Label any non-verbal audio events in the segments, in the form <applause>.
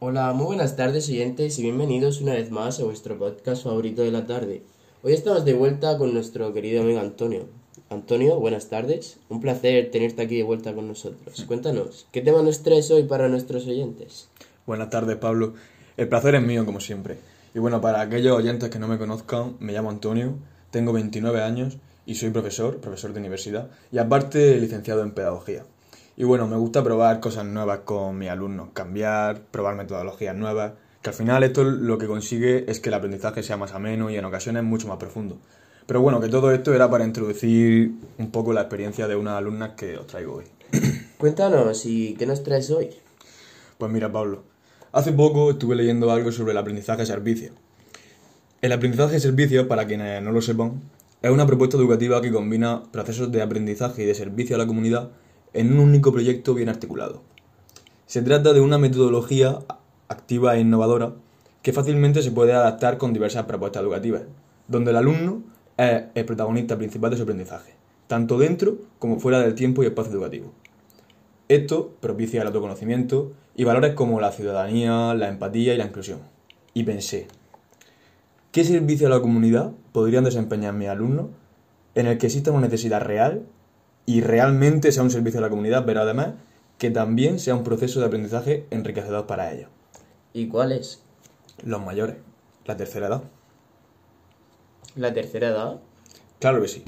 Hola, muy buenas tardes oyentes y bienvenidos una vez más a vuestro podcast favorito de la tarde. Hoy estamos de vuelta con nuestro querido amigo Antonio. Antonio, buenas tardes. Un placer tenerte aquí de vuelta con nosotros. Cuéntanos, ¿qué tema nos traes hoy para nuestros oyentes? Buenas tardes, Pablo. El placer es mío, como siempre. Y bueno, para aquellos oyentes que no me conozcan, me llamo Antonio, tengo 29 años y soy profesor, profesor de universidad, y aparte licenciado en pedagogía. Y bueno, me gusta probar cosas nuevas con mis alumnos, cambiar, probar metodologías nuevas, que al final esto lo que consigue es que el aprendizaje sea más ameno y en ocasiones mucho más profundo. Pero bueno, que todo esto era para introducir un poco la experiencia de unas alumnas que os traigo hoy. Cuéntanos, ¿y qué nos traes hoy? Pues mira, Pablo, hace poco estuve leyendo algo sobre el aprendizaje-servicio. El aprendizaje-servicio, para quienes no lo sepan, es una propuesta educativa que combina procesos de aprendizaje y de servicio a la comunidad en un único proyecto bien articulado. Se trata de una metodología activa e innovadora que fácilmente se puede adaptar con diversas propuestas educativas, donde el alumno es el protagonista principal de su aprendizaje, tanto dentro como fuera del tiempo y espacio educativo. Esto propicia el autoconocimiento y valores como la ciudadanía, la empatía y la inclusión. Y pensé, ¿Qué servicio a la comunidad podrían desempeñar mis alumnos en el que exista una necesidad real y realmente sea un servicio a la comunidad, pero además que también sea un proceso de aprendizaje enriquecedor para ellos? ¿Y cuál es? Los mayores, la tercera edad. ¿La tercera edad? Claro que sí,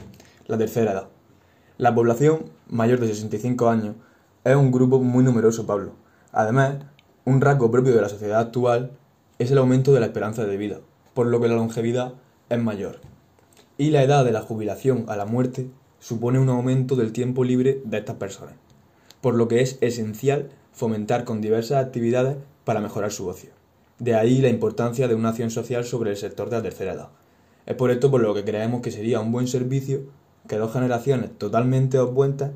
la tercera edad. La población mayor de 65 años es un grupo muy numeroso, Pablo. Además, un rasgo propio de la sociedad actual es el aumento de la esperanza de vida, por lo que la longevidad es mayor. Y la edad de la jubilación a la muerte supone un aumento del tiempo libre de estas personas, por lo que es esencial fomentar con diversas actividades para mejorar su ocio. De ahí la importancia de una acción social sobre el sector de la tercera edad. Es por esto por lo que creemos que sería un buen servicio que dos generaciones totalmente opuestas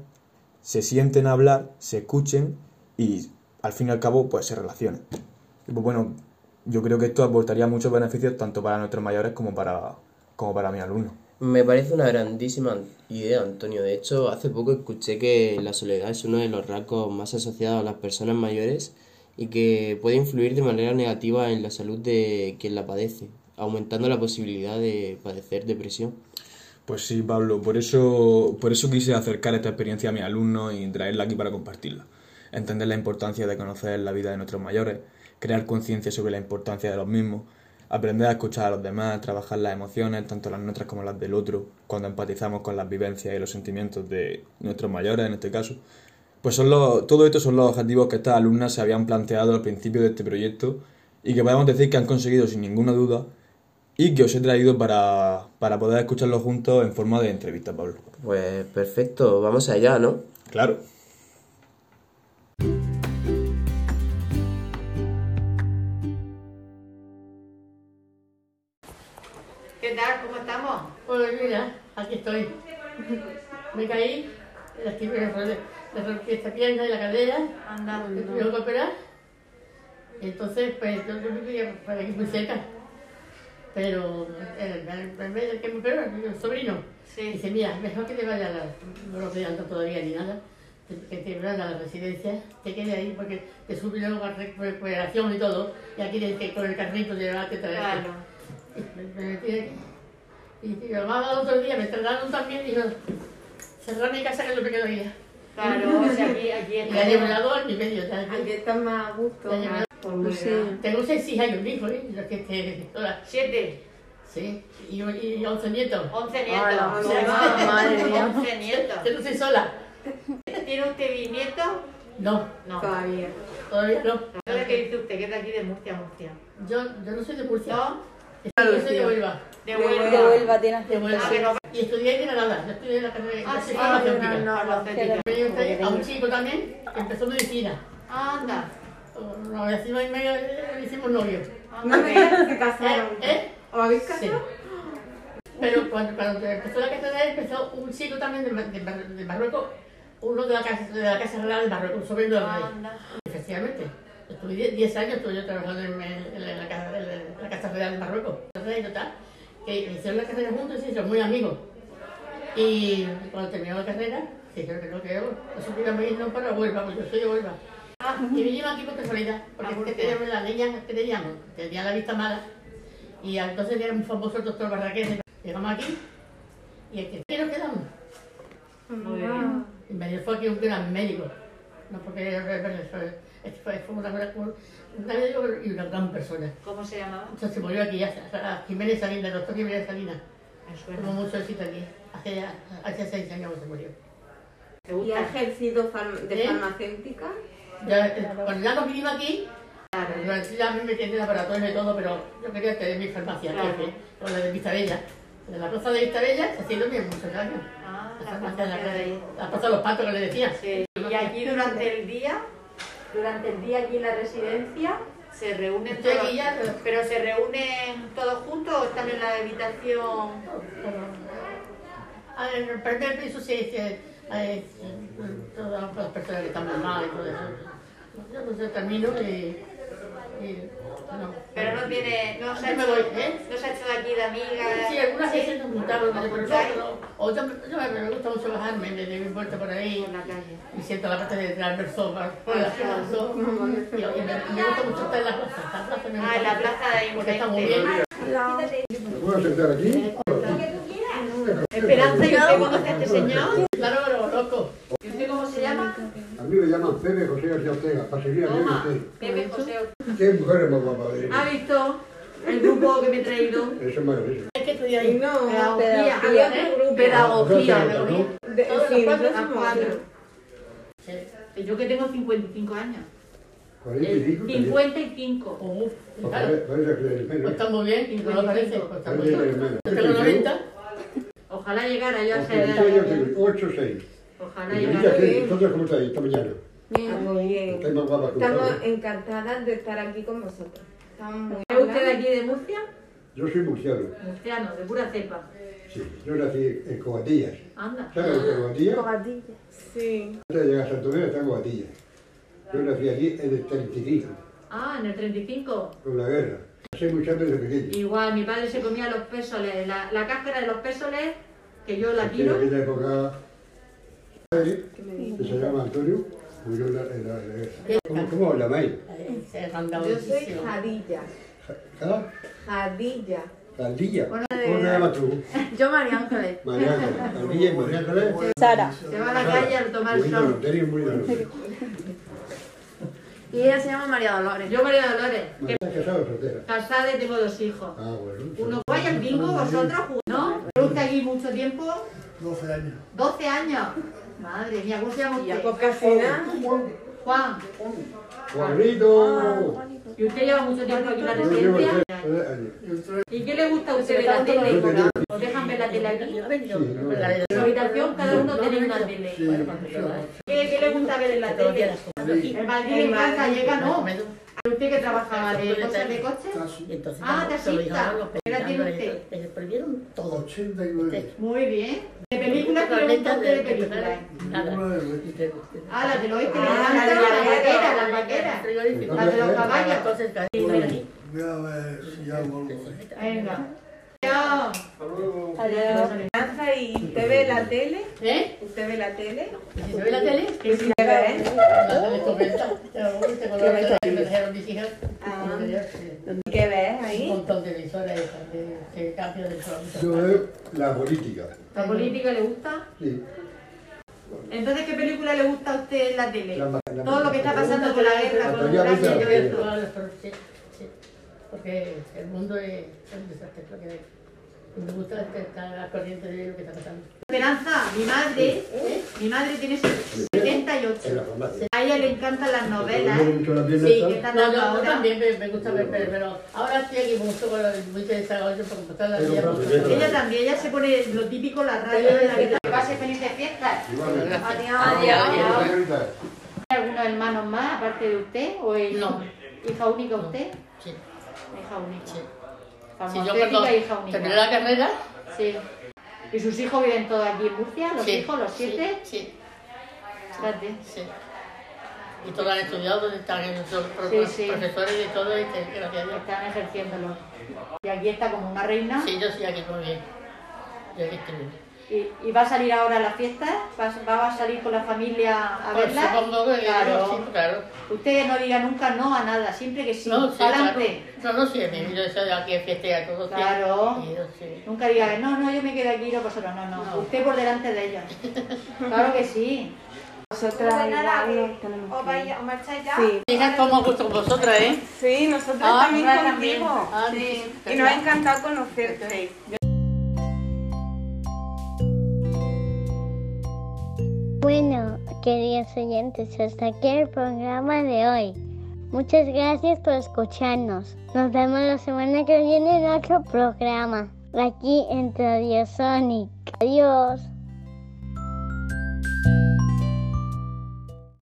se sienten a hablar, se escuchen y al fin y al cabo pues se relacionen. Y pues bueno, yo creo que esto aportaría muchos beneficios tanto para nuestros mayores como para, como para mis alumnos. Me parece una grandísima idea, Antonio. De hecho, hace poco escuché que la soledad es uno de los rasgos más asociados a las personas mayores y que puede influir de manera negativa en la salud de quien la padece, aumentando la posibilidad de padecer depresión. Pues sí, Pablo, por eso, por eso quise acercar esta experiencia a mis alumnos y traerla aquí para compartirla. Entender la importancia de conocer la vida de nuestros mayores, crear conciencia sobre la importancia de los mismos, aprender a escuchar a los demás, trabajar las emociones, tanto las nuestras como las del otro, cuando empatizamos con las vivencias y los sentimientos de nuestros mayores en este caso. Pues son los, todo esto son los objetivos que estas alumnas se habían planteado al principio de este proyecto y que podemos decir que han conseguido sin ninguna duda y que os he traído para, para poder escucharlos juntos en forma de entrevista, Pablo. Pues perfecto, vamos allá, ¿no? Claro. ¿Qué tal? ¿Cómo estamos? Hola, mira, aquí estoy. Me caí, la estoy me fue- me rompí esta pierna y la cadera, me Andando. tuvieron que operar. Y entonces, pues yo yo vivía por aquí muy cerca. Pero el enfermero que me operó, el sobrino, Sí. dice: Mira, mejor que te vayas a la. No lo estoy dando todavía ni nada. te- Que te vayas a la residencia, te quedes ahí porque te subí luego a recuperación y todo. Y aquí tienes que con el carrito llevarte otra vez. Claro. Me- me metí aquí. Y y llamaba al otro día, me trataron también y yo, cerrar mi casa que es lo que quedo aquí. Claro, o sea, aquí, aquí Y la llevo está. la dos años y medio. ya- ya- Aquí está más a gusto. la llevo- Por Sí. sí. Tengo seis hijas y un hijo, ¿eh? Los que este, ahora, Siete, sí, y, y once nietos. once Hola, nietos. once, madre mía. Once nietos. Yo no soy sola. ¿Tiene usted bisnieto? No, No. Todavía. todavía no. Entonces, ¿qué dice usted? Que es de aquí de Murcia, Murcia. Yo, yo no soy de Murcia. ¿No? Yo soy de Huelva. De De Huelva. Huelva tienes De Huelva. Ah, que no. Y estudié en Granada. Yo estudié en la carrera de Ah, sí, la no, farmacéutica. no, no, que Yo entré a un chico también que empezó medicina. Anda. Nos decimos y medio, eh, hicimos novios. No Anda. me que- digas que se ¿Eh? casaron. ¿Eh? ¿O habéis Sí. casado? Pero cuando, cuando empezó la casa real, empezó un chico también de, Ma- de Mar- de Marruecos, uno de la casa, de la casa real de Marruecos, un sobrino del rey. Anda. Efectivamente, estuve 10 10 años estuve yo trabajando en, en- en la, casa, en la Casa Real de Marruecos. Entonces, y total, que hicieron la carrera juntos y se hicieron muy amigos. Y cuando terminó la carrera, se dijeron que no, que no supimos irnos para Huelva, porque yo soy de Huelva. Y me lleva aquí por casualidad, porque es que teníamos la leña que teníamos, tenía la vista mala, y entonces era un famoso doctor Barraqués. Llegamos aquí, y aquí ¿qué nos quedamos. Muy Ah. bien. Y me dio fue aquí un gran médico, no porque era profesor, es que fue fue una gran, un gran médico y una gran persona. ¿Cómo se llamaba? Entonces se murió aquí, ya, a Jiménez Salinas, el doctor Jiménez Salinas. Me Tuvo suena. mucho éxito aquí, hace, ya- hace seis años se murió. ¿Te ¿Y gusta? ha ejercido farm- de ¿Eh? farmacéutica? Ya, eh, cuando ya nos vinimos aquí, Claro. Bueno, sí, a mí me tiene laboratorio y todo, pero yo quería tener mi farmacia, Claro. jefe, o la de Vistabella. De la plaza de Vistabella se hacía bien muchos años. Ah, La la farmacia de la farmacia de ahí. la plaza de los patos que le decía. Sí. Eh, Y allí durante el día Durante el día allí en la residencia. se reúnen Estoy todos. aquí ya, pero- Pero se reúnen todos juntos o están en la habitación. A ver, en el primer piso sí, sí, eh, todas las personas que están mal y todo eso. Yo no sé, termino y... y no. Pero no tiene, no se ha Yo me hecho, voy, ¿eh? no se ha hecho de aquí de amiga. Sí, algunas Sí. veces nos juntamos, ¿Os pero juntáis? no, o yo, yo me me gusta mucho bajarme, me doy mi vuelta por ahí. En la calle. Me siento la parte de detrás del sofá, por la plaza. Y y me, me gusta mucho estar en la plaza. La plaza me gusta Ah, en la mucho, plaza de Porque está muy enfrente. bien. ¿Me puedo sentar aquí? Esperanza, ¿y usted conoce a este señor? Claro, pero loco. ¿Y usted cómo se llama? A mí me llaman Pepe José García Ortega, para seguir a Pepe Toma, Ortega. Pepe José. Ortega. Qué mujer más guapa de ¿Ha visto el grupo que me he traído? Eso es maravilloso. Es que estudié Y ahí. no, Pedagogía. pedagogía. Había ¿eh? Pedagogía. Pedagogía. ¿no? De- Todos sí, los nosotros cuatro, somos Cuatro. cuatro. Sí. Y Yo que tengo 55 años. Cuarenta y cinco. también. 55. Uf, Pues claro. parece- Parece que eres Pues menos. está muy bien, y no lo parece. pues está muy Parece que eres bien. menos. Yo tengo 90. Ojalá llegara yo a esa edad. 86, 86, 86. Ojalá Y llegara. Lolita, ¿qué? ¿Vosotros cómo estáis esta mañana? Bien, muy Estáis bien. más guapas que un Estamos cabra. encantadas de estar aquí con vosotros. Estamos muy ¿Es usted de aquí de Murcia? Yo soy murciano. Murciano, de pura cepa. Sí, yo nací en Cobatillas. Anda. ¿Sabes dónde está Cobatillas? Sí. Antes de llegar a Santo Domingo está Cobatillas. Yo nací allí en el 35, Ah, en el 35. con la guerra. Pasé muchas veces pequeño. Igual, mi padre se comía los pésoles, la, la cáscara de los pésoles, que yo la Aquí en tiro. aquella época, padre, ¿Qué me dices? que se llama Antonio, murió en la, en la, en la guerra. ¿Cómo, cómo os llamáis? Eh, Se han dado Yo soy muchísimo. Jadilla. ¿Cada? Jadilla. Caldilla. ¿Ah? ¿Cómo te llamas tú? Yo María Ángeles. María Ángeles. Caldilla y María Ángeles. Se va a la calle a tomar Muy sol. doloroso, muy doloroso. Y ella se llama María Dolores. Yo, María Dolores, que ¿Estás casado o soltera? casada y tengo dos hijos. Ah, bueno. Uno vaya al bingo, vosotros jug- ¿no? ¿Pero usted aquí mucho tiempo? 12 años. 12 años. Madre mía, ¿cómo se llama usted? Pues casi nada. Juan. Juanito. ¿Y usted lleva mucho tiempo aquí en la Yo llevo residencia? 3 años. ¿Y qué le gusta a usted de la tele? ¿Os dejan ver Pues la tele aquí? La de- En su habitación cada uno tiene una tele. pues, ¿Qué, qué le gusta ver en la tele? En Madrid en casa llega, ¿no? ¿Y usted que trabaja de cosas de coche? Y entonces, Ah, se lo taxista. dijeron los ¿Qué edad tiene peinados, usted? les- les prohibieron todo. 89. Muy bien. ¿De películas que le gusta a usted de películas? Nada. Ah, la del oeste, Ah, la de las vaqueras, las vaqueras. Frigorífico. La de los caballos. Entonces, ahí, ahí. Venga. Chao. Danza y te ve la tele. ¿Eh? Usted ve la tele. ¿Y si se ve la tele? Que si la ve, ¿eh? No, me <laughs> comenta. Te lo juro, te colgaba la tele que me dejaron mis hijas. Ah. Un ¿Qué ves ahí? montón de emisoras esas de- que cambian de programa. Yo veo la política. ¿La política le gusta? Sí. Entonces, ¿qué película le gusta a usted en la tele? La ma- la Todo lo que está pasando con la guerra, con La Ucrania y mayoría todo de eso. Sí, sí. Porque el mundo es un desastre. lo que hay. Me gusta estar al corriente de lo que está pasando. Esperanza, mi madre, ¿eh? mi madre tiene 78. En la farmacia. A ella le encantan las novelas. Yo mucho la Sí, tienda que esta, están No, dando yo, yo ahora. también me, me gusta ver, pero, pero ahora estoy aquí mucho con los muy desagradable porque por todas las Pero, días. pero, por todas pero, Ella también, ella se pone lo típico, la radio de la vida. Que pase felices fiestas. Igualmente. Adiós. Adiós. ¿Algunos hermanos más, aparte de usted? ¿O es No. hija única usted? las- Sí. Hija única. Sí. Sí, yo cuando Farmacéutica, hija única. terminé la carrera, Sí. ¿Y sus hijos viven todos aquí en Murcia? ¿Los sí, hijos, los sí, siete? Sí, Espérate. sí. Y todos han estudiado, están en los Sí, sí. profesores y todo, este, gracias a Dios. Están ejerciéndolo. Y aquí está como una reina. Sí, yo soy aquí muy bien. Yo aquí estoy bien. Y, y va a salir ahora a la fiesta, va, va a salir con la familia a Pues verla. supongo que Claro. sí, claro. Usted no diga nunca no a nada, siempre que sí, No, sí, claro. adelante. No, no, sí, mi- yo soy aquí de fiesta y a todos. sí. Claro. Sí, yo sí. Nunca diga, no, no, yo me quedo aquí, no vosotros, no, no, No. usted por delante de ellos. Claro que sí. Nosotras igual nos eh, ¿Os, tenemos que vais, ir. ¿Os marcháis ya? Sí. Chicas, como a gusto con vosotras, ¿eh? Sí, nosotros Ah, también nosotras también. contigo. Ah, Sí. sí. Y nos ha encantado conocerte. Bueno, queridos oyentes, hasta aquí el programa de hoy. Muchas gracias por escucharnos. Nos vemos la semana que viene en otro programa, aquí en Radio Sonic. Adiós.